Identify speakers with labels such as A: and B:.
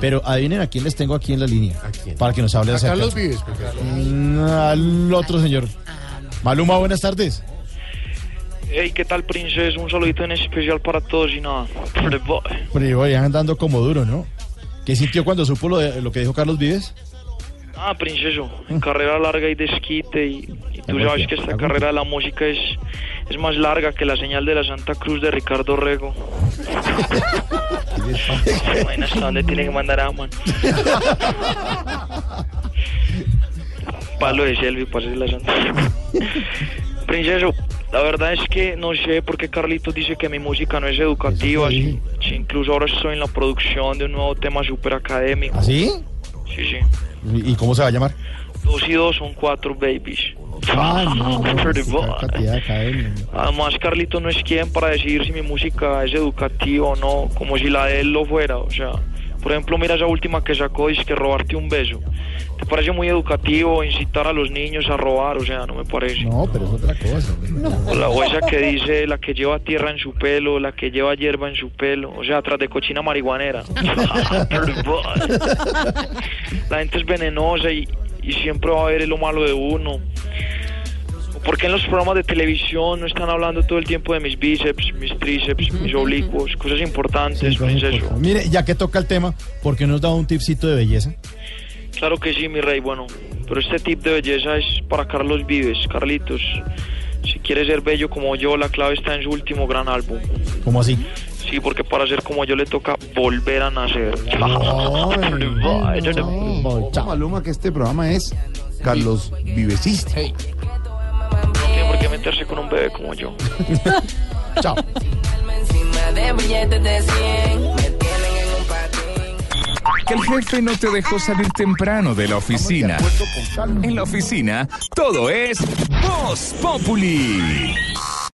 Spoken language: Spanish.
A: Pero adivinen a quién les tengo aquí en la línea.
B: quién?
A: Para que nos hable
B: A
A: acerca.
B: Carlos Vives, por favor.
A: Mm, Al otro señor. Maluma, buenas tardes.
C: Hey, ¿qué tal, princesa? Un saludito en especial para todos y nada. Playboy.
A: Pero igual ya andando como duro, ¿no? ¿Qué sintió cuando supo lo, de- lo que dijo Carlos Vives?
C: Ah, princesa, carrera larga y desquite. Y, y tú sabes que esta carrera de la música es, es más larga que la señal de la Santa Cruz de Ricardo Rego. Bueno, hasta dónde tiene que mandar a man. Palo de selfie para hacer la Santa Princeso, la verdad es que no sé por qué Carlitos dice que mi música no es educativa. Si, si incluso ahora estoy en la producción de un nuevo tema súper académico.
A: ¿Así?
C: Sí, sí.
A: ¿Y y cómo se va a llamar?
C: Dos y dos son cuatro babies.
A: Ah, no, no,
C: Pretty
A: sí,
C: boy.
A: cantidad de academia.
C: Además, Carlito no es quien para decidir si mi música es educativa o no, como si la de él lo fuera. O sea, por ejemplo, mira esa última que sacó, dice que robarte un beso. ¿Te parece muy educativo incitar a los niños a robar? O sea, no me parece.
A: No, pero es otra cosa.
C: O Pues la huesa que dice la que lleva tierra en su pelo, la que lleva hierba en su pelo, o sea, tras de cochina marihuanera. la gente es venenosa y, y siempre va a ver lo malo de uno. ¿Por qué en los programas de televisión no están hablando todo el tiempo de mis bíceps, mis tríceps, mis oblicuos, cosas importantes,
A: Sí, cosas
C: princeso?
A: por- Mire, ya que toca el tema, ¿por qué nos da un tipcito de belleza?
C: Claro que sí, mi rey, bueno, pero este tip de belleza es para Carlos Vives, Carlitos. Si quieres ser bello como yo, la clave está en su último gran álbum.
A: ¿Cómo así?
C: Sí, porque para ser como yo le toca volver a nacer.
A: Chao.
D: Ojo, Maluma, que este programa es Carlos Vivesista.
B: Hey,
C: No tiene por qué meterse con un bebé como yo.
A: Chao.
E: Encima de billetes de 100, me tienen en un patín.
F: Que el jefe no te dejó salir temprano de la oficina. En la oficina, todo es Voz Populi.